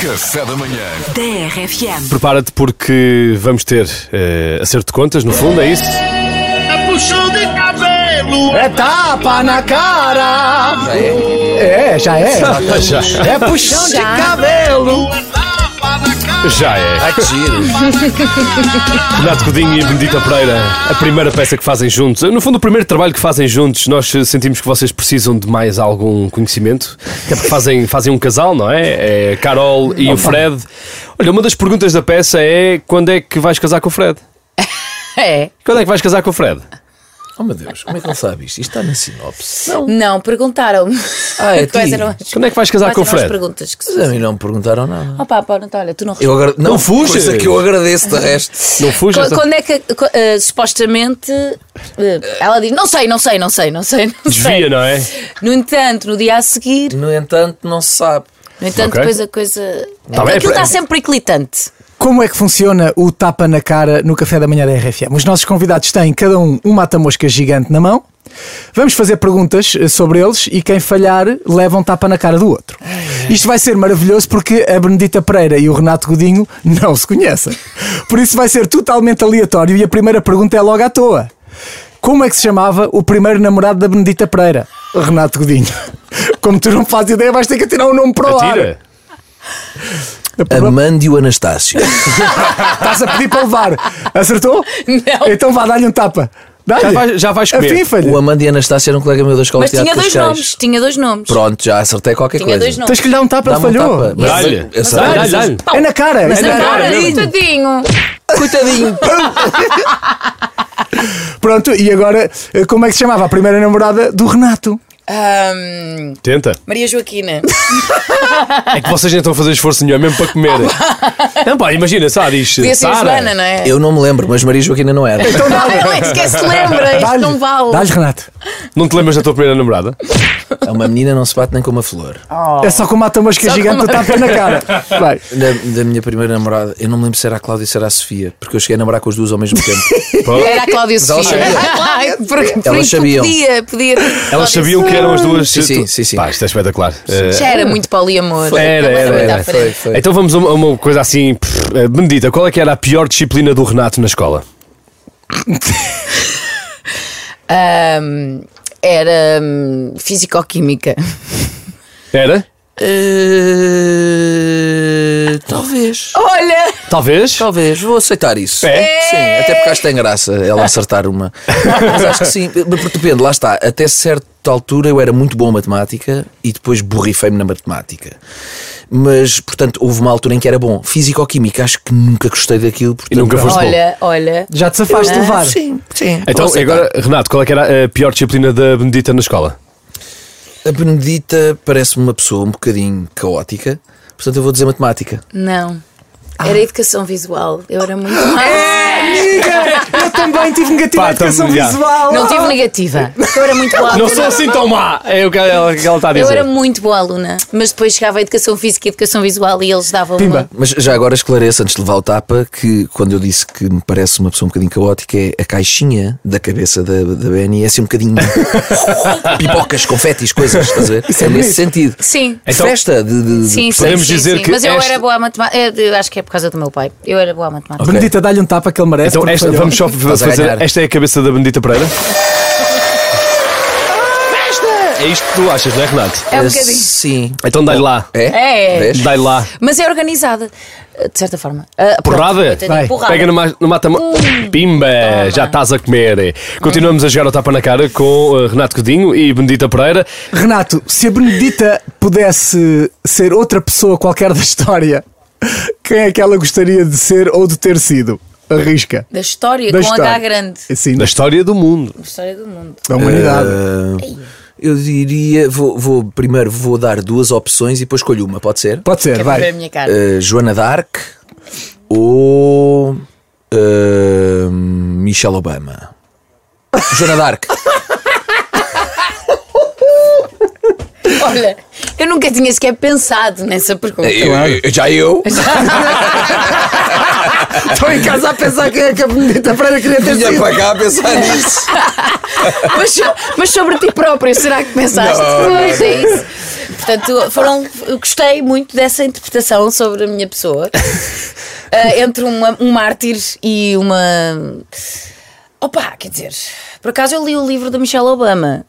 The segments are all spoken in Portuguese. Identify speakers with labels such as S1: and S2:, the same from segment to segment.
S1: Café da manhã.
S2: TRFM.
S3: Prepara-te porque vamos ter eh, acerto de contas, no fundo, é isso?
S4: puxão de cabelo.
S5: É tapa na cara! É, já é.
S6: Ah,
S3: já,
S5: É puxão de cabelo!
S3: já é.
S5: Ai, que giro.
S3: Renato Godinho e Benedita Pereira, a primeira peça que fazem juntos. No fundo, o primeiro trabalho que fazem juntos, nós eh, sentimos que vocês precisam de mais algum conhecimento. Até porque fazem, fazem um casal, não é? É Carol e o Fred. Olha, uma das perguntas da peça é quando é que vais casar com o Fred?
S7: É.
S3: Quando é que vais casar com o Fred?
S6: Oh meu Deus, como é que ele sabe isto? Isto está na sinopse. Não,
S7: Não, perguntaram-me.
S6: Ah, é a ti?
S7: Quais eram as,
S3: Quando é que vais casar
S7: quais
S3: com o
S7: eram as
S3: Fred?
S7: perguntas que se...
S6: mas a mim não me perguntaram nada.
S7: Oh, pá, pá, Natália, tu não
S6: Eu agra... Não,
S3: fujas!
S6: Coisa que eu agradeço de resto.
S3: Não fujas? então.
S7: Qu- Quando é que, qu- eh, supostamente, eh, ela diz: Não sei, não sei, não sei, não sei. Não sei.
S3: Desvia, não é?
S7: No entanto, no dia a seguir,
S6: No entanto, não se sabe.
S7: no entanto,
S3: Ok.
S7: depois a coisa.
S3: Tá bem,
S7: Aquilo
S3: é-
S7: está sempre eclitante.
S5: Como é que funciona o tapa na cara no café da manhã da RFM? Os nossos convidados têm cada um um mata-mosca gigante na mão. Vamos fazer perguntas eh, sobre eles e quem falhar leva um tapa na cara do outro. Isto vai ser maravilhoso porque a Benedita Pereira e o Renato Godinho não se conhecem. Por isso vai ser totalmente aleatório e a primeira pergunta é logo à toa. Como é que se chamava o primeiro namorado da Benedita Pereira? Renato Godinho. Como tu não fazes ideia, vais ter que atirar um nome para o ar.
S3: Atira.
S6: Amândio Anastácio.
S5: Estás a pedir para levar. Acertou?
S7: Não.
S5: Então vá, dá-lhe um tapa. Dá-lhe.
S3: Já vais- já vais comer.
S5: Afim, filho.
S6: o Amândio Anastácio era um colega meu da escola
S7: Mas
S6: de teatro
S7: tinha dois
S6: de Cascais.
S7: nomes, tinha dois nomes.
S6: Pronto, já acertei qualquer
S7: Tinha
S6: coisa.
S7: dois nomes.
S5: Tens que lhe dar um tapa, ele
S6: Dá-me um
S5: falhou.
S6: tapa. Mas-
S3: Dá-lhe.
S6: eu sei.
S3: Dá-lhe, dá-lhe.
S5: É na cara. é na cara.
S7: Agora,
S6: mesmo. Coitadinho.
S7: coitadinho.
S5: Pronto, e agora, eh, como é que se chamava a primeira namorada do Renato?
S7: Ahm,
S3: Tenta.
S7: Maria Joaquina.
S3: É que vocês nem estão a fazer esforço nenhum, é mesmo para comer. Não, pá, imagina, Sara, diz.
S7: Podia ser a
S3: Sara.
S7: Joana, não é?
S6: eu não me lembro, mas Maria Joaquina não era.
S5: Então
S7: Não,
S5: dá-lhe.
S7: não, é sequer se lembra. Isto
S5: Dá-lhe.
S7: não vale.
S5: Dá-lhe, Renato.
S7: é?
S3: Não te lembras da tua primeira namorada?
S6: É Uma menina não se bate nem com uma flor.
S5: É só com o mata-mosca
S7: Só
S5: gigante,
S7: com
S5: o tapa é na cara. Vai.
S6: Da, da minha primeira namorada, eu não me lembro se era a Cláudia ou se era a Sofia, porque eu cheguei a namorar com as duas ao mesmo tempo.
S3: Pá,
S7: Era a Cláudia
S6: Mas elas
S7: Sofia.
S6: sabiam.
S7: Ai, por- por
S6: Elas
S7: isso
S6: sabiam.
S7: Podia, podia. Cláudia
S3: Elas sabiam que eram as duas.
S6: Sim, sim, sim, sim.
S3: Pá, isto é espetacular. Eh,
S7: Já era muito poliamor.
S3: Era,
S7: Estava
S3: era,
S7: muito
S3: era.
S7: à frente.
S6: Foi.
S3: Então vamos a uma, a uma coisa assim. pff, eh, Benedita, qual é que era a pior disciplina do Renato na escola?
S7: Ahm, Era hum, físico-química.
S3: Era?
S6: Eh, talvez.
S7: Olha!
S3: Talvez.
S6: Talvez, vou aceitar isso.
S3: É?
S6: Sim, até porque acho que tem graça ela acertar uma. Mas acho que sim, porque depende, lá está. Até certa altura eu era muito bom em matemática e depois borrifei-me na matemática. Mas, portanto, houve uma altura em que era bom. Físico-química, acho que nunca gostei daquilo. Portanto,
S3: E nunca foste bom.
S7: Olha, olha.
S5: Já te safaste de levar.
S6: Sim, sim.
S3: Então,
S6: Vou aceitar.
S3: agora, Renato, qual é que era a pior disciplina da Benedita na escola?
S6: A Benedita parece-me uma pessoa um bocadinho caótica, portanto eu vou dizer matemática.
S7: Não. Era educação visual. Eu era muito mais.
S5: Eu também tive negativa
S3: Pá,
S5: à educação
S3: também, já.
S5: visual.
S7: Não tive negativa. Eu era muito boa
S6: Ah,
S7: aluna.
S3: Não sou assim tão má! É o que ela, que ela está a
S7: Eu
S3: dizer.
S7: era muito boa aluna. Mas depois chegava a educação física e a educação visual e eles davam
S5: Pimba.
S7: uma.
S6: Mas já agora esclareço, antes de levar o tapa, que quando eu disse que me parece uma pessoa um bocadinho caótica, é a caixinha da cabeça da, da Benny é assim um bocadinho pipocas, confetis, coisas, estás a ver? é nesse sentido.
S7: Sim.
S3: Então-
S6: Festa de. de- de-
S7: Sim, sim,
S3: podemos
S7: sim,
S3: dizer
S7: sim.
S3: que
S7: Mas eu
S3: esta-
S7: era boa a matemática. Eu acho que é por causa do meu pai. Eu era boa a matemática.
S5: Benedita, dá-lhe um tapa que ele merece.
S3: Então,
S5: porque
S3: esta,
S5: falhou.
S3: vamos só
S6: Estás a
S3: fazer.
S6: ganhar.
S3: Esta é a cabeça da Benedita Pereira. É isto que tu achas, não é, Renato?
S5: Oh,
S7: É um
S6: eh,
S7: bocadinho.
S6: Sim.
S3: Então dai lá.
S6: É?
S7: É.
S6: Vês?
S3: Dai lá.
S7: Mas é organizada, de certa forma. Ah, pronto,
S3: Porrada?
S7: eu tenho
S5: Vai,
S7: porrada.
S3: Pega no, ma- no mata Pimba! Já estás a comer. Continuamos a jogar o tapa na cara com eh, Renato Godinho e Benedita Pereira.
S5: Renato, se a Benedita pudesse ser outra pessoa qualquer da história, quem é que ela gostaria de ser ou de ter sido? Arrisca.
S7: Da história,
S5: Da
S7: com
S5: história.
S7: H grande.
S5: Assim,
S3: Na história do mundo.
S7: Da história do mundo.
S5: da humanidade.
S6: Eh, eu diria, vou, vou- primeiro vou dar duas opções e depois escolho uma, pode ser?
S5: Pode ser,
S7: Quer ver a
S5: vai.
S7: minha cara.
S6: Eh, Joana d'Arc ou eh, Michelle Obama? Joana d'Arc.
S7: Olha, eu nunca tinha sequer pensado nessa pergunta.
S6: É, Eu- eu- eu- já eu.
S5: Estou em casa a pensar quem é que a Benedita Pereira queria ter
S6: Vinha
S5: sido.
S6: para cá a pensar nisso.
S7: Mas, so- mas sobre ti próprio, será que pensaste?
S6: Não,
S7: Pois é isso. Portanto, foram, eu gostei muito dessa interpretação sobre a minha pessoa. Ah, entre uma- um mártir e uma. Opa, quer dizer, por acaso eu li o livro da Michelle Obama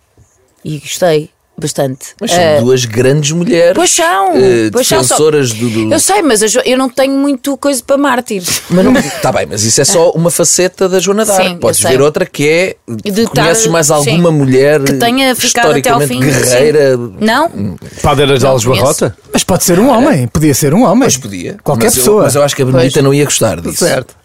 S7: e gostei bastante.
S6: Mas são
S7: Ah,
S6: duas grandes mulheres.
S7: Pois são,
S6: eh,
S7: pois são, só-
S6: defensoras do. do-
S7: Eu sei, mas eu, jo- eu não tenho muito coisa para mártires.
S6: Mas não. Está bem, mas isso é só uma faceta da Joana
S7: Sim,
S6: D'Arc.
S7: eu
S6: Podes
S7: sei.
S6: ver outra que é.
S7: De
S6: conheces
S7: estar-
S6: mais
S7: sim.
S6: alguma mulher.
S7: Que tenha ficado até ao fim.
S6: historicamente Guerreira.
S7: Sim. Não?
S3: Padeiras de
S7: Não
S3: Alves
S7: conheço.
S3: Barrota?
S5: Mas pode ser um homem, podia ser um homem.
S6: Mas podia.
S5: Qualquer
S6: Mas eu-
S5: pessoa.
S6: mas eu acho que a Benedita não ia gostar disso.
S5: Certo.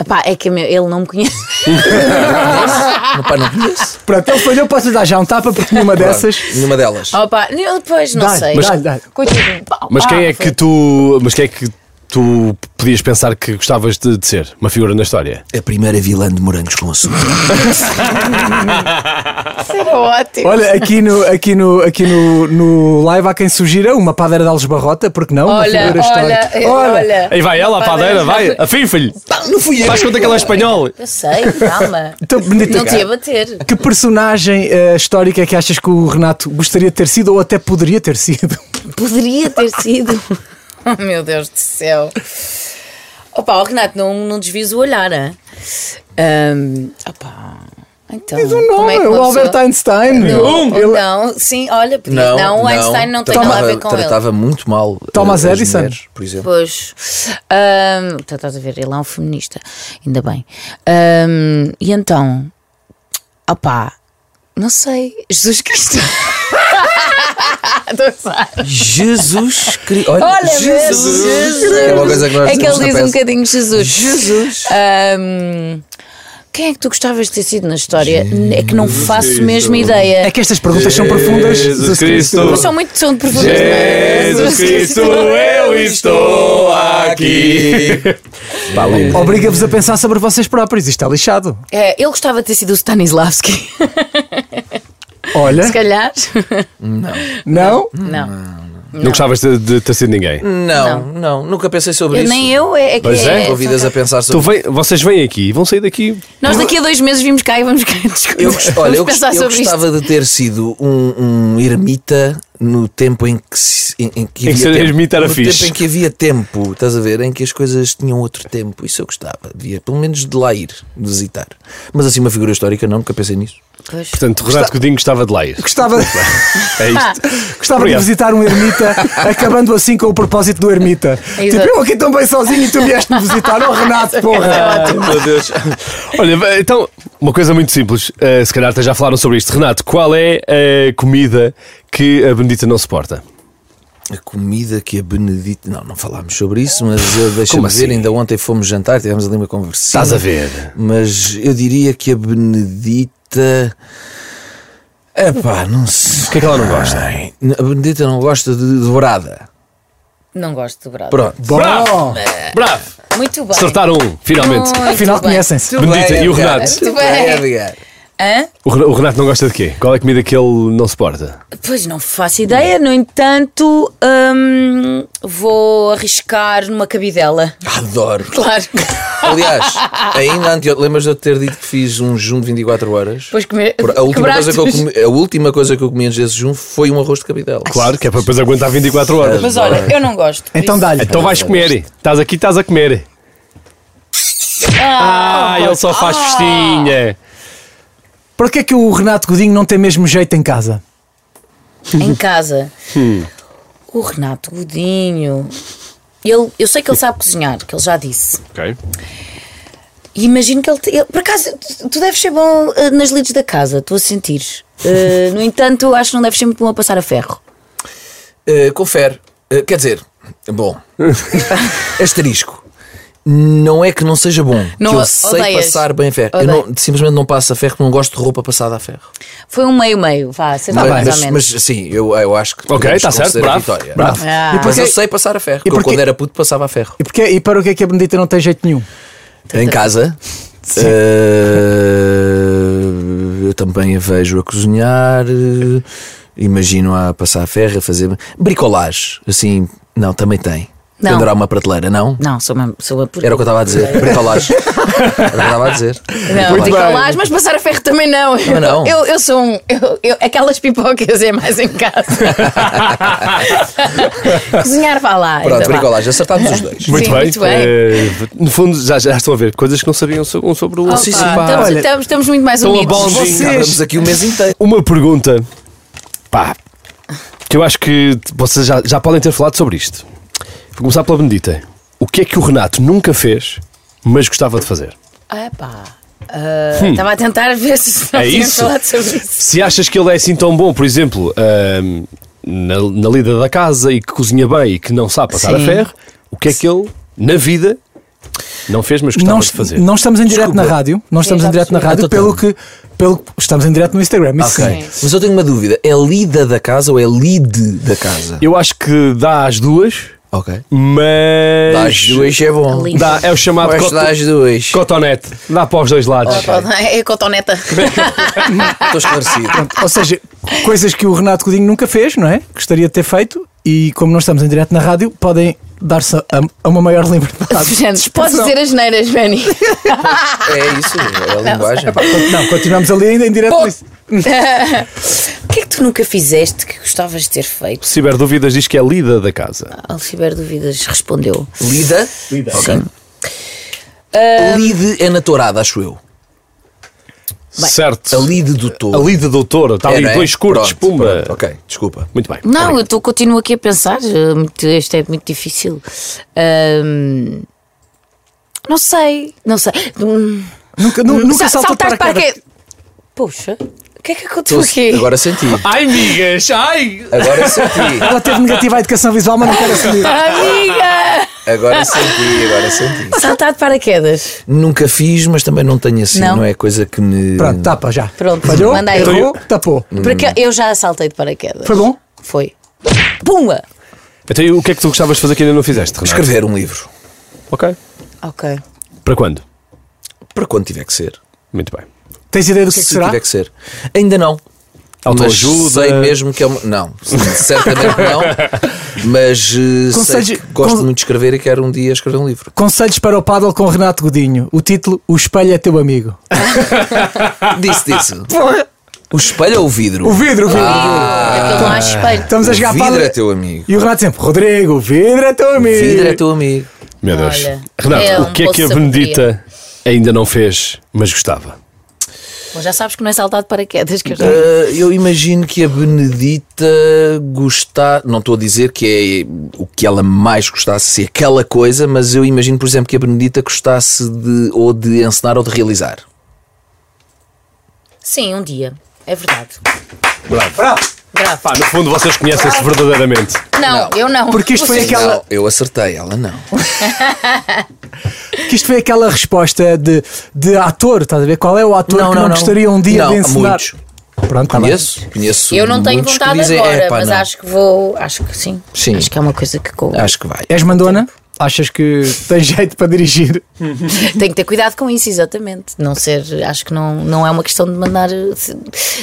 S7: Epá, é que meu- ele não me conhece. Ah,
S6: Não, pá, não conheço.
S5: Pronto, ele falhou, posso-lhe dar já um tapa porque nenhuma dessas.
S6: Pronto, Nenhuma delas.
S7: Opa, eu depois não
S5: Dá-lhe,
S7: sei.
S5: dá-lhe, dá-lhe.
S7: Coitadinho.
S3: Mas quem é
S7: Ah,
S3: que tu. Mas quem é que tu podias pensar que gostavas de, de ser? Uma figura na história?
S6: A primeira vilã de morangos com açúcar.
S7: foi- Era ótimo.
S5: Olha, aqui no, aqui no, aqui no, no live há quem sugira uma padeira de Alves Barrota, porque não? uma
S7: Olha,
S5: figura histórica.
S7: olha, eh, olha.
S3: Aí vai ela, a padeira, vai, afinfa-lhe!
S6: Não fui eu.
S3: Faz conta que ela é espanhola!
S7: Eu sei, calma.
S5: Então, Benedita,
S7: não te ia bater.
S5: que personagem eh, histórica é que achas que o Renato gostaria de ter sido ou até poderia ter sido?
S7: Poderia ter sido. Oh, meu Deus do céu. Opa, o Renato, não, não desvies o olhar, ah. Ahm, opa. Então, como é que
S5: o
S7: uma
S5: Albert
S7: pessoa- É,
S5: Einstein.
S7: Não,
S5: Ele-
S7: não, sim, olha, podia- não, o Einstein não, tem
S6: tratava,
S7: nada a ver com ele.
S6: tratava muito mal. eh,
S5: Thomas
S6: as
S5: Edison.
S6: mulheres, por exemplo.
S7: Pois. Ahm, então, estás a ver, ele é um feminista, ainda bem. Ahm, e então, opá, não sei, Jesus Cristo. Estou a usar.
S6: Jesus Cristo. Olha,
S7: Olha,
S6: Jesus.
S7: Jesus.
S6: É uma coisa que nós
S7: É que
S6: temos
S7: ele
S6: na
S7: diz um
S6: peça.
S7: bocadinho Jesus.
S6: Jesus.
S7: Ahm, quem é que tu gostavas de ter sido na história? É que não faço mesmo
S5: É
S7: ideia.
S5: que estas perguntas são profundas.
S3: Jesus Cristo.
S7: Mas são muito são de profundas. não é?
S3: Jesus Cristo, eu estou aqui!
S6: Pá, lembra.
S5: Obriga-vos a pensar sobre vocês próprios. Isto é lixado.
S7: É, ele gostava de ter sido o Stanislavski,
S5: Olha,
S7: se calhar.
S5: não?
S7: Não.
S3: Não gostavas de, de ter sido ninguém?
S6: Hum. Não, não, nunca pensei sobre
S7: Eu-
S6: isso.
S7: nem eu, é, é que.
S3: Pois é.
S6: Convidas a pensar sobre
S3: Tu vem- vocês vêm aqui e vão sair daqui.
S7: Nós daqui a dois meses vimos cá e vamos cá discutir.
S6: Eu, olha, eu,
S7: vamos pensar
S6: gost- eu
S7: sobre
S6: gostava de ter sido um, um ermita no tempo em que, se- em, em que
S3: Em que
S6: havia
S3: ser
S6: tempo.
S3: ermita era
S6: no
S3: fixe.
S6: tempo em que havia tempo, estás a ver? Em que as coisas tinham outro tempo. Isso eu gostava. Devia, pelo menos, de lá ir, de visitar. Mas assim, uma figura histórica, não, nunca pensei nisso.
S7: isto. Pois.
S3: Portanto, Renato Godinho gostava de lá ir.
S5: Gostava,
S3: É isto.
S5: gostava de
S3: Obrigado.
S5: visitar um ermita, acabando assim com o propósito do ermita.
S7: É Exato. É
S5: Tipo, eu aqui tão bem sozinho e tu vieste-me visitar. Oh, Renato, porra!
S3: Ah, Meu Deus. Olha, bem, então, uma coisa muito simples. eh, se calhar até já falaram sobre isto. Renato, qual é a comida que a Benedita não suporta?
S6: A comida que a Benedita. Não, não falámos sobre isso, mas eu deixa-me
S3: Como
S6: ver.
S3: assim?
S6: Ainda ontem fomos jantar, tivemos ali uma conversinha.
S3: Estás a ver?
S6: Mas eu diria que a Benedita. Epá, não sei. O
S3: que é que ela não gosta?
S6: A Benedita não gosta de dobrada.
S7: Não gosto do Brado.
S6: Pronto.
S5: Bom!
S3: Bravo!
S7: Muito bem.
S3: Acertaram um, finalmente.
S7: Muito
S5: Afinal,
S7: bem.
S5: conhecem-se.
S3: Benedita,
S6: Bem,
S3: e o
S6: Edgar.
S3: Renato?
S6: Muito
S7: bem.
S6: Edgar.
S7: Hã?
S3: O Re- o Renato não gosta de quê? Qual é a comida que ele não suporta?
S7: Pois não faço ideia, no entanto, hum, vou arriscar numa cabidela.
S6: Adoro.
S7: Claro.
S6: Aliás, ainda anteontem, lembras de eu ter dito que fiz um jejum de 24 horas?
S7: Depois comer.
S6: Por- a, última coisa
S7: quebraste-os.
S6: que eu comi, a última coisa que eu comi antes desse jejum foi um arroz de cabidela.
S3: Claro, que é para depois aguentar 24 horas.
S7: Mas olha, eu não gosto. por
S5: Então
S7: isso-
S5: dá-lhe.
S3: Então vais comer. Estás aqui, estás a comer. Ah, ele só faz festinha.
S5: Para que é que o Renato Godinho não tem mesmo jeito em casa?
S7: Em casa.
S6: Hum.
S7: O Renato Godinho. Ele, eu sei que ele sabe cozinhar, que ele já disse.
S3: Ok.
S7: E imagino que ele, te- ele- Por acaso, tu, tu deves ser bom eh, nas lides da casa, estou a sentir. Eh, no entanto, eu acho que não deves ser muito bom a passar a ferro.
S6: Uh, confere. Uh, quer dizer, bom, asterisco. Não é que não seja bom,
S7: Não,
S6: que eu
S7: o-
S6: sei
S7: odeias.
S6: passar bem ferro. Eu
S7: Odeio.
S6: não- simplesmente não passo a ferro porque não gosto de roupa passada a ferro.
S7: Foi um meio-meio, vá, sei lá, mais
S6: Tá mas,
S7: ou menos.
S6: mas sim, eu, eu acho que.
S3: Ok,
S6: podemos
S3: está certo.
S6: conceder a
S3: Bravo.
S6: vitória.
S3: Bravo.
S7: Ah.
S6: Mas eu sei passar a ferro. porque eu
S5: porquê-
S6: quando era puto passava a ferro.
S5: E, porquê, e para o que é que a Benedita não tem jeito nenhum?
S6: Em casa, eh, eu também a vejo a cozinhar, eh, imagino a passar a ferro, a fazer bricolage, assim, não, também tem.
S7: Não.
S6: Pendurar uma prateleira, não?
S7: Não, sou uma, sou uma puta.
S6: Era o que eu estava a dizer. Bricolage. Era o que eu estava a dizer.
S7: Não,
S6: Bricolage.
S7: bricolage, mas passar a ferro também não.
S6: Também não.
S7: Eu, eu sou um. eu- eu- aquelas pipocas é mais em casa. Cozinhar vá lá.
S6: Pronto,
S7: então vá.
S6: bricolage. Acertámos os dois.
S3: Muito
S7: Sim,
S3: bem.
S7: muito bem.
S3: Eh, no fundo, já, já estão a ver coisas que não sabiam so- um sobre o outro.
S7: Opa,
S6: Sim, sim, pá.
S7: estamos, então-
S5: Olha,
S7: estamos- estamos muito mais
S3: estão a
S7: unidos.
S3: bola- Vocês-
S6: Estávamos aqui o mês inteiro.
S3: Uma pergunta. Pá. Que eu acho que t- vocês já, já podem ter falado sobre isto. Vou começar pela Benedita. O que é que o Renato nunca fez, mas gostava de fazer?
S7: Epá. ah, Estava a tentar ver se não
S3: Hum. É
S7: tinha
S3: isso?
S7: falado sobre isso.
S3: Se achas que ele é assim tão bom, por exemplo, ahm, na, na lida da casa e que cozinha bem e que não sabe passar
S7: Sim.
S3: a ferro, o que é que ele, na vida, não fez, mas gostava
S5: Não,
S3: de fazer?
S5: não estamos em direto na
S6: Desculpa.
S5: rádio. Não estamos
S7: já
S5: em direto na
S7: percebi.
S5: rádio,
S6: Ah, tô
S5: pelo que pelo, que estamos em direto no Instagram. Isso
S6: Ok.
S5: sim.
S6: Mas eu tenho uma dúvida. É lida da casa ou é lead da casa?
S3: Eu acho que dá às duas,
S6: Ok.
S3: mas.
S6: Das duas é bom.
S7: Ali.
S3: Dá- é o chamado
S6: Gosto
S3: coto-
S6: das duas. Estou
S3: cotonete. Dá para os dois lados.
S7: É cotoneta.
S6: esclarecido.
S5: Ou seja, coisas que o Renato Godinho nunca fez, não é? Gostaria de ter feito e como não estamos em direto na rádio, podem dar-se a, a uma maior liberdade.
S7: Gente, podes
S5: Não.
S7: dizer as neiras, Benny.
S6: É isso. É a linguagem.
S5: Não, continuamos ali ainda em direto.
S7: Pô.
S5: no Insta-
S7: O que é que tu nunca fizeste que gostavas de ter feito?
S3: Ciberdúvidas diz que é lida da
S7: Ah,
S3: casa.
S7: Alciber Duvidas respondeu.
S6: Lida? Lida.
S7: Sim.
S6: Lide é na tourada, acho eu.
S3: Certo.
S6: A lide do
S3: A
S6: touro.
S3: lida doutora. Está ali
S6: É, não é?
S3: dois curtos,
S6: Pronto,
S3: pumba.
S6: pronto, Ok, desculpa.
S3: Muito bem.
S7: Não, eu
S3: Obrigado.
S7: tô, continuo aqui a pensar. eh, muito- Isto é muito difícil. Ahm, não sei, não sei. Hum,
S5: Nunca, nu-
S7: sa-
S5: nunca saltou
S7: saltar
S5: para
S7: de paraquedas. Poxa, o que é que aconteceu aqui?
S6: Tô- Agora senti.
S3: Ai, amigas, ai!
S6: Agora senti.
S5: Ela teve negativa à educação visual, mas não quero assumir.
S7: Amiga!
S6: Agora senti, agora senti.
S7: Saltar de paraquedas.
S6: Nunca fiz, mas também não tenho assim,
S7: Não.
S6: não, é coisa que me.
S5: Pronto, tá. tapa já.
S7: Pronto,
S5: Falhou,
S7: manda
S6: Então
S7: aí.
S5: errou, tapou.
S7: Porque eu já saltei de paraquedas.
S5: Hum. Foi bom?
S7: Foi. Pumba!
S3: Então, e o que é que tu gostavas de fazer que ainda não fizeste, Renato?
S6: Escrever um livro.
S3: Ok.
S7: Ok.
S3: Para quando?
S6: Para quando tiver que ser.
S3: Muito bem.
S5: Tens ideia do que,
S6: Se
S5: será?
S6: tiver que ser. Ainda não. Mas
S3: Autoajuda.
S6: sei mesmo que é uma. Não, certamente não. Mas eh, sei
S5: Conselho-
S6: que gosto
S5: con-
S6: muito de escrever e quero um dia escrever um livro.
S5: Conselhos para o paddle com Renato Godinho. O título: O espelho é teu amigo.
S6: Disse, disse. O espelho ou o vidro?
S5: Ah. O vidro, o vidro.
S7: é que eu não acho espelho.
S5: Ah, Estamos a jogar
S6: O vidro
S5: paddle.
S6: é teu amigo.
S5: E o Renato sempre: Rodrigo, o vidro é teu amigo.
S6: O vidro é teu amigo.
S3: Meu Deus.
S7: Olha,
S3: Renato,
S7: é um
S3: o que é que a
S7: poço de
S3: Benedita ainda não fez, mas gostava?
S7: Bom, já sabes que não é saltar de paraquedas que eu já.
S6: Ah, eu imagino que a Benedita gostar, não estou a dizer que é o que ela mais gostasse, é aquela coisa, mas eu imagino, por exemplo, que a Benedita gostasse de ou de ensinar ou de realizar.
S7: Sim, um dia. É verdade. Bravo.
S3: Pá, no fundo vocês conhecem-se verdadeiramente.
S7: Não, eu não.
S5: Porque isto foi
S7: Vocês-
S5: aquela-
S6: Não, eu acertei, ela não.
S5: Que isto foi aquela resposta de, de ator, estás a ver? Qual é o ator que não, gostaria um dia
S6: Não,
S5: de ensinar?
S6: muitos.
S5: Pronto, tá bem.
S6: Conheço, conheço.
S7: Eu não tenho
S6: muitos que
S7: vontade
S6: dizem,
S7: agora,
S6: "Epá,
S7: mas
S6: não."
S7: acho que vou. Acho que sim.
S6: Sim. Ah.
S7: Acho que é uma coisa que coube.
S6: Acho que vai.
S5: És mandona? Achas que tens jeito para dirigir?
S7: Tenho que ter cuidado com isso, exatamente. Não ser. Acho que não, não é uma questão de mandar. eh, se-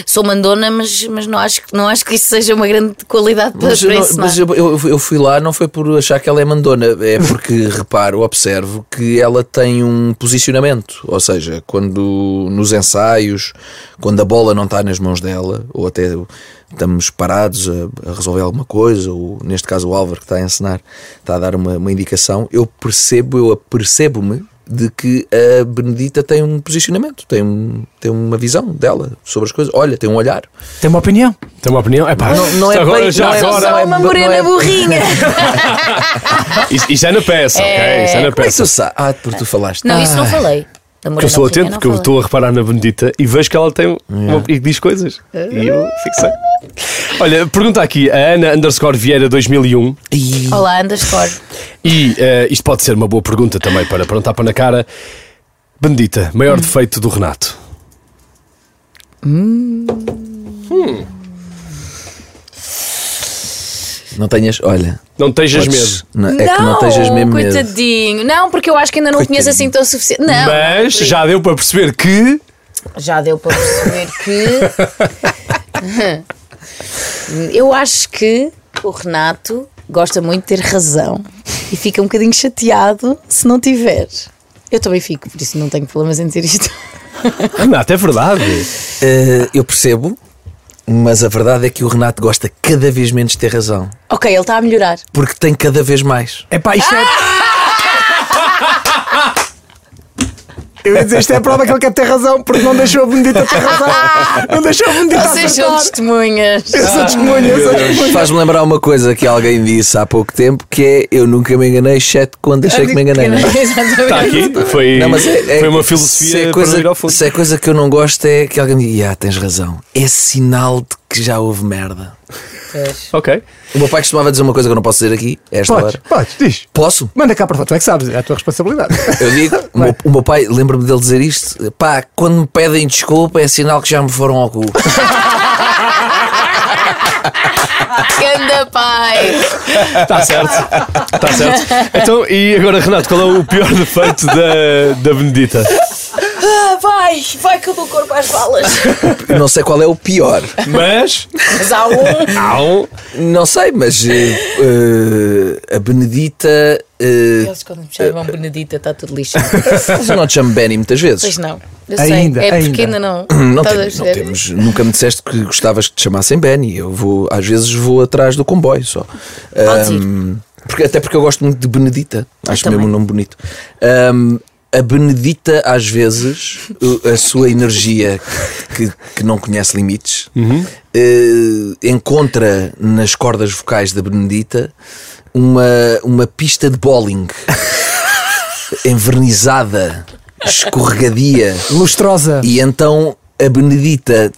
S7: Sou mandona, mas, mas não, acho, que- não acho que isso seja uma grande qualidade para,
S6: Mas,
S7: para
S6: eu, não-
S7: ensinar.
S6: mas eu, eu- eu fui lá não foi por achar que ela é mandona, é porque reparo, observo que ela tem um posicionamento, ou seja, quando nos ensaios, quando a bola não está nas mãos dela, ou até estamos parados a, a resolver alguma coisa, ou neste caso o Álvaro que está a ensinar, está a dar uma, uma indicação, eu percebo, eu apercebo-me de que a Benedita tem um posicionamento, tem, um- tem uma visão dela sobre as coisas, olha, tem um olhar.
S5: Tem uma opinião?
S3: Tem uma opinião? É pá,
S6: Não- não é
S3: isto agora
S6: bem-
S3: já
S6: não é-
S3: agora.
S6: não
S7: Só
S6: é-
S7: uma
S6: não
S7: morena
S6: é-
S7: burrinha.
S3: Isto, isto é na peça, ok? Isto é na
S6: Como é que
S3: peça.
S6: tu sa- Ah, porque tu falaste.
S7: Não, isso não
S6: Ah.
S7: falei. Da
S3: Porque
S7: morena
S3: eu estou
S7: burrinha
S3: atento,
S7: não
S3: porque eu
S7: falei.
S3: estou a reparar na Benedita e vejo que ela tem um- uma- e diz coisas. E eu fico sem. Olha, pergunta aqui a Ana underscore Vieira 2001
S6: Ih.
S7: Olá, underscore.
S3: e eh, isto pode ser uma boa pergunta também para perguntar para na cara. Benedita,
S6: Hum.
S3: maior defeito do Renato?
S6: Não tenhas, olha.
S3: Não tejas
S6: podes-
S3: medo.
S6: não- é que não tenhas mesmo medo.
S7: coitadinho. Não, porque eu acho que ainda não conheço assim
S6: Coitadinho.
S7: tão suficiente. Não,
S3: Mas
S7: não,
S3: já deu para perceber que.
S7: já deu para perceber que. eu acho que o Renato gosta muito de ter razão. e fica um bocadinho chateado se não tiver. Eu também fico, por isso não tenho problemas em dizer isto.
S3: Renato, é verdade.
S6: Eh, eu percebo, mas a verdade é que o Renato gosta cada vez menos de ter razão.
S7: ok, ele está a melhorar.
S6: Porque tem cada vez mais.
S5: Epá, isto é. Eu ia dizer, isto é a prova que ele quer ter razão, porque não deixou a Benedita ter razão. Não deixou a Benedita
S7: Vocês são
S5: acertar.
S7: testemunhas.
S5: Eu sou testemunha, eu sou testemunha.
S6: Faz-me lembrar uma coisa que alguém disse há pouco tempo que é eu nunca me enganei, exceto quando achei que me enganei. não é?
S3: Está aqui. Foi,
S6: Não, mas é- é-
S3: foi uma
S6: se
S3: filosofia
S6: é coisa,
S3: para ir ao fundo.
S6: Se é coisa que eu não gosto é que alguém me diga, ah, tens razão. É sinal de que já houve merda.
S7: Pois.
S6: é-
S3: Ok.
S6: O meu pai costumava dizer uma coisa que eu não posso dizer aqui, a esta
S5: Podes,
S6: hora.
S5: podes, diz.
S6: Posso?
S5: Manda cá para fora, tu é que sabes, é a tua responsabilidade.
S6: Eu digo, o meu, o meu pai, lembro-me dele dizer isto, pá, quando me pedem desculpa é sinal que já me foram ao cu.
S7: Ganda pai!
S3: Está certo. Está certo. Então, e agora, Renato, qual é o pior defeito da, da Benedita?
S7: Ah, vai, vai que eu dou corpo às balas.
S6: Eu não sei qual é o pior.
S3: Mas.
S7: Mas há um.
S3: Há um.
S6: Não sei, mas eh, eh, a Benedita. eh,
S7: Eles quando me chamam Benedita está tudo lixado.
S6: eu não te chamo Benny muitas vezes.
S7: Pois não. Eu
S5: Ainda,
S7: sei. É
S5: ainda.
S7: porque ainda não. Tá
S6: Não,
S7: Estás
S6: tem-
S7: a
S6: não
S7: perceber?
S6: temos, nunca me disseste que gostavas que te chamassem Benny. Eu vou, às vezes vou atrás do comboio só.
S7: Podes ir.
S6: Ahm, porque, até porque eu gosto muito de Benedita. Acho
S7: também.
S6: mesmo um nome bonito. Ahm, a Benedita, às vezes, o- a sua energia que, que não conhece limites, eh, encontra nas cordas vocais da Benedita uma, uma pista de bowling envernizada, escorregadia.
S5: Lustrosa.
S6: E então a Benedita,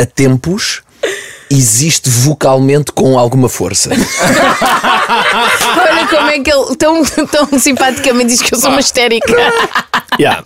S6: a tempos, existe vocalmente com alguma força.
S7: Olha como é que ele tão, tão simpaticamente diz que eu sou uma histérica.
S3: Yeah.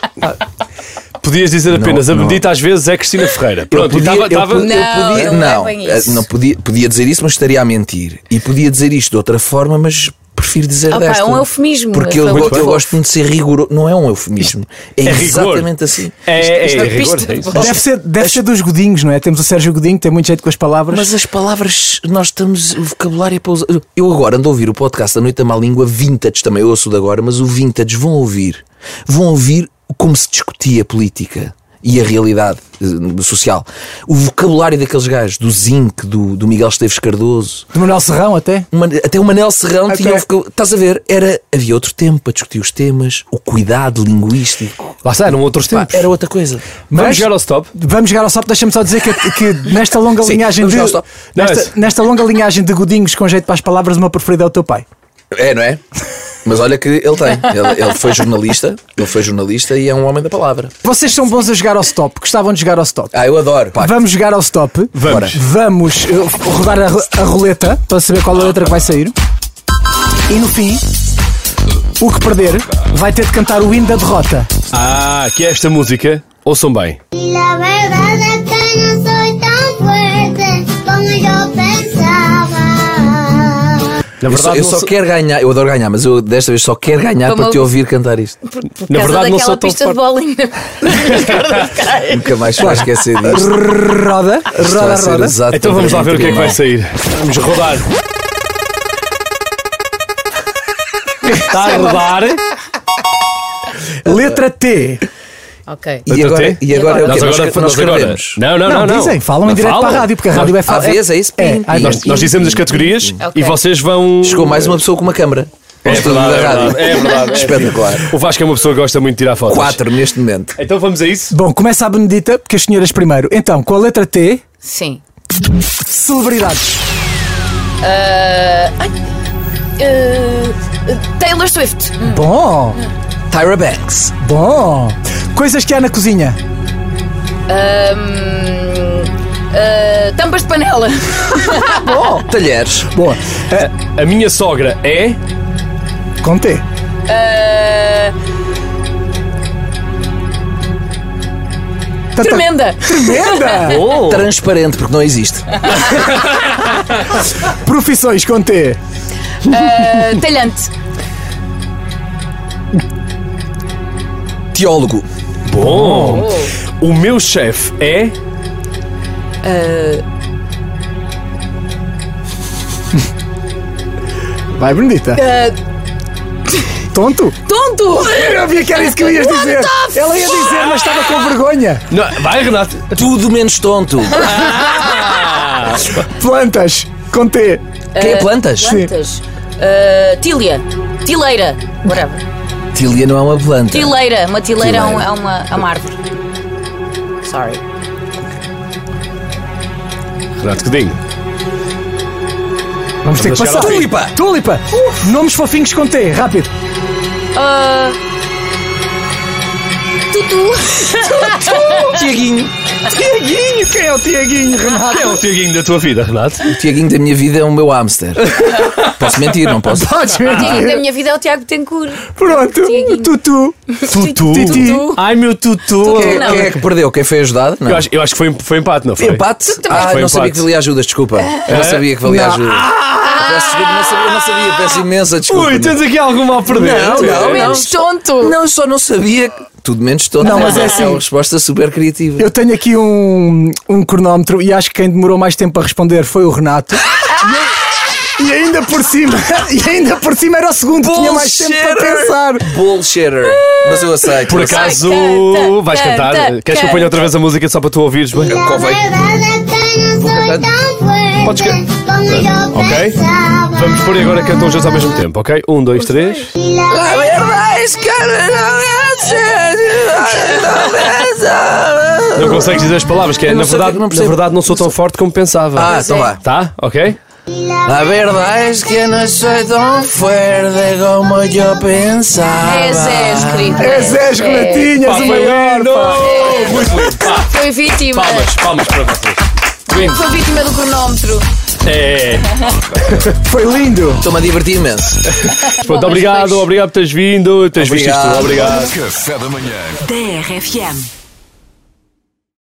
S3: Podias dizer apenas
S6: Não,
S3: a
S6: não.
S3: Benedita às vezes é Cristina Ferreira. Pronto, e
S6: podia-
S3: estava.
S6: eu po-
S3: estava-
S6: eu
S7: Não,
S6: podia-
S7: não é
S6: não,
S7: bem
S6: eh,
S7: isso.
S6: não podia, podia dizer isso, mas estaria a mentir. E podia dizer isto de outra forma, mas prefiro dizer
S7: Opa,
S6: desta.
S7: é um eufemismo,
S6: Porque eu,
S7: foi
S6: go-
S7: muito
S6: eu
S7: fofo.
S6: gosto muito de ser rigoroso. Não é um eufemismo. É,
S3: É rigor.
S6: exatamente assim.
S3: É, é,
S7: isto é
S3: é rigor,
S7: pista
S3: é
S7: de
S3: isso.
S7: bola.
S5: Deve ser, deve ser dos Godinhos, não é? Temos o Sérgio Godinho, tem muito jeito com as palavras.
S6: Mas as palavras, nós estamos. O vocabulário é para usar. Eu agora ando a ouvir o podcast da Noite da Má Língua, vintage também, eu ouço de agora, mas o vintage vão ouvir. Vão ouvir como se discutia a política e a realidade eh, social. O vocabulário daqueles gajos, do Zinc, do, do Miguel Esteves Cardoso,
S5: De Manuel Serrão até.
S6: o Man- até o Manel Serrão
S5: Até-
S6: tinha. o vocab- Estás a ver? Era, havia outro tempo para discutir os temas, o cuidado linguístico.
S3: Lá está, eram outros
S6: Pá,
S3: tempos.
S6: era um outra coisa.
S3: Vamos
S5: Mas-
S3: chegar ao stop.
S5: Vamos chegar ao stop, deixa-me só dizer que, que nesta longa
S6: Sim,
S5: linhagem
S6: vamos
S5: de.
S6: chegar ao stop. é
S5: Nesta,
S3: Nice.
S5: nesta longa linhagem de Godinhos com jeito para as palavras, o meu preferido é o teu pai.
S6: É, não é? Mas olha que ele tem. Ele, ele foi jornalista, ele foi jornalista e é um homem da palavra.
S5: Vocês são bons a jogar ao stop, gostavam de jogar ao stop.
S6: Ah, eu adoro. Pá,
S5: Vamos jogar ao stop.
S3: Vamos.
S5: Vamos eh, rodar a, ro- a roleta para saber qual é a letra que vai sair. E no fim, o que perder vai ter de cantar o hino da derrota.
S3: Ah, que é esta música. Ouçam bem.
S1: Y la verdad es que no soy tan fuerte como yo pensaba.
S3: Na
S6: eu só,
S3: verdade,
S6: eu
S3: não
S6: só
S3: sou-
S6: quero ganhar, eu adoro ganhar, mas eu desta vez só quero ganhar
S7: Como
S6: para te
S7: eu-
S6: ouvir cantar isto.
S7: Por, por
S3: Na
S7: causa
S3: verdade,
S7: daquela
S3: não sou tão
S7: pista de bowling.
S6: Nunca mais se vai esquecer disto.
S5: Roda,
S6: Isto
S5: roda,
S6: vai ser
S5: roda.
S6: exatamente
S3: Então vamos lá ver o que é que vai
S6: igual.
S3: sair. Vamos rodar. Está a rodar.
S5: Letra T.
S7: ok.
S6: E agora,
S3: Até?
S6: e agora é o
S3: Nós
S6: que nós,
S3: agora
S6: que nós
S3: nós agora-
S6: escrevemos.
S3: Não, não, não,
S5: Não,
S3: não.
S5: dizem, falam em
S3: Não
S5: direto para a
S3: falam.
S5: rádio, porque a rádio vai falar.
S6: À vez, é isso?
S5: É,
S6: Pim,
S5: ai,
S6: pim,
S5: nós-
S6: pim.
S3: Nós dizemos as categorias
S7: Ok.
S3: e vocês vão.
S6: Chegou mais uma pessoa com uma câmara.
S3: É
S6: Ao estúdio
S3: verdade, é
S6: da rádio.
S3: verdade, é verdade.
S6: Espetacular.
S3: O Vasco é uma pessoa que gosta muito de tirar fotos.
S6: Quatro neste momento.
S3: Então vamos a isso?
S5: Bom, começa a Benedita, porque as senhoras primeiro. Então, com a letra T,
S7: Sim.
S5: celebridades.
S7: Ah, Taylor Swift.
S5: Bom,
S6: Tyra Banks.
S5: bom. Coisas que há na cozinha.
S7: Ahm, ah, tampas de panela.
S3: Oh.
S6: Talheres.
S5: Boa.
S3: A minha sogra é.
S5: Com T.
S7: Ah,
S5: Tanta-
S7: tremenda.
S5: Tremenda!
S3: Oh.
S6: Transparente, porque não existe.
S5: Profissões com T.
S7: Ah, talhante.
S6: Teólogo.
S3: Bom. O meu chefe é.
S5: Vai, Benedita.
S7: Ah,
S5: Tonto?
S7: Tonto!
S5: Eu vi que era isso que eu ias
S7: What
S5: dizer.
S7: the
S5: Ela ia dizer, mas estava com vergonha.
S3: Não, vai, Renato.
S6: Tudo menos tonto.
S5: Plantas, com T.
S6: Quem é plantas?
S7: Plantas. Uh, tília. Tileira. Whatever.
S6: Tilia não é uma planta.
S7: Tileira. Uma tileira, É, um-
S6: Tileira.
S7: é uma, é uma árvore. Sorry.
S3: Renato Godinho.
S5: Vamos ter que
S3: chegar
S5: passar.
S3: ao fim.
S5: Tulipa! Tulipa! Nomes fofinhos com T, rápido.
S7: Uh, tutu.
S6: Tiaguinho.
S5: Tiaguinho, quem é o Tiaguinho, Renato?
S3: Quem é o Tiaguinho da tua vida, Renato?
S6: O Tiaguinho da minha vida é o meu hamster. Posso mentir, não posso?
S5: Podes
S7: Tiago da
S5: mentir.
S7: minha vida é o Tiago Betancourt.
S5: Pronto,
S7: Tiaguinho.
S5: tutu.
S3: Tutu.
S5: Titi.
S3: Ai, meu tutu.
S6: Quem,
S7: Não.
S6: quem é que perdeu? Quem foi ajudado? Não.
S3: Eu acho, eu acho que foi, foi empate, não foi?
S6: Empate? Ah,
S3: Foi
S6: não sabia
S3: empate.
S6: que valia ajudas, desculpa.
S5: É.
S6: Eu não sabia que valia ajudas.
S5: Ah!
S6: Peço desculpa, não sabia, não sabia, peço imensa desculpa.
S3: Ui, tens aqui algum mal perder.
S6: Não, não, não.
S7: Menos tonto.
S6: Não, eu só não sabia. que- Tudo menos tonto.
S5: Não, mas é assim.
S6: uma resposta super criativa.
S5: Eu tenho aqui um, um cronómetro e acho que quem demorou mais tempo a responder foi o Renato. E, e ainda por cima, e ainda por cima era o segundo que tinha mais tempo para
S6: Bullshitter.
S5: pensar.
S6: Bullshitter. Mas eu aceito.
S3: Por
S6: eu aceito.
S3: acaso
S7: Canta,
S3: vais cantar?
S7: canta,
S3: Queres que eu ponha outra vez a música só para tu ouvires? Bem?
S1: La
S6: convém.
S1: verdad es que no soy tan
S3: Podes
S1: fuerte
S3: que-
S1: como yo
S3: Ok?
S1: pensaba.
S3: Vamos pôr agora cantam os dois ao mesmo tempo, ok? Um, dois, três.
S1: Y la
S6: A verdade é que eu não-
S3: Não consegues dizer as palavras, que é
S6: Eu não
S3: na
S6: sei o que é
S3: verdade,
S6: que não
S3: não, na
S6: percebo.
S3: verdade não sou tão forte como pensava.
S6: Ah, então vá.
S3: Tá? Ok?
S6: La verdad es que no soy tan fuerte como yo pensaba.
S7: És, és, querido.
S5: És,
S3: é
S5: és, Renatinhas,
S3: Pá,
S5: o
S3: foi
S5: maior.
S3: lindo!
S5: pá.
S3: Muito lindo! Pá,
S7: Foi vítima.
S3: palmas, palmas para vocês. Lindo.
S7: Foi vítima do cronómetro.
S3: É.
S5: Foi lindo.
S6: Estou-me a divertir imenso.
S3: Pronto, obrigado, obrigado por teres vindo, teres visto isto.
S6: Obrigado.
S3: Obrigado.
S2: Café da manhã.
S8: TRFM.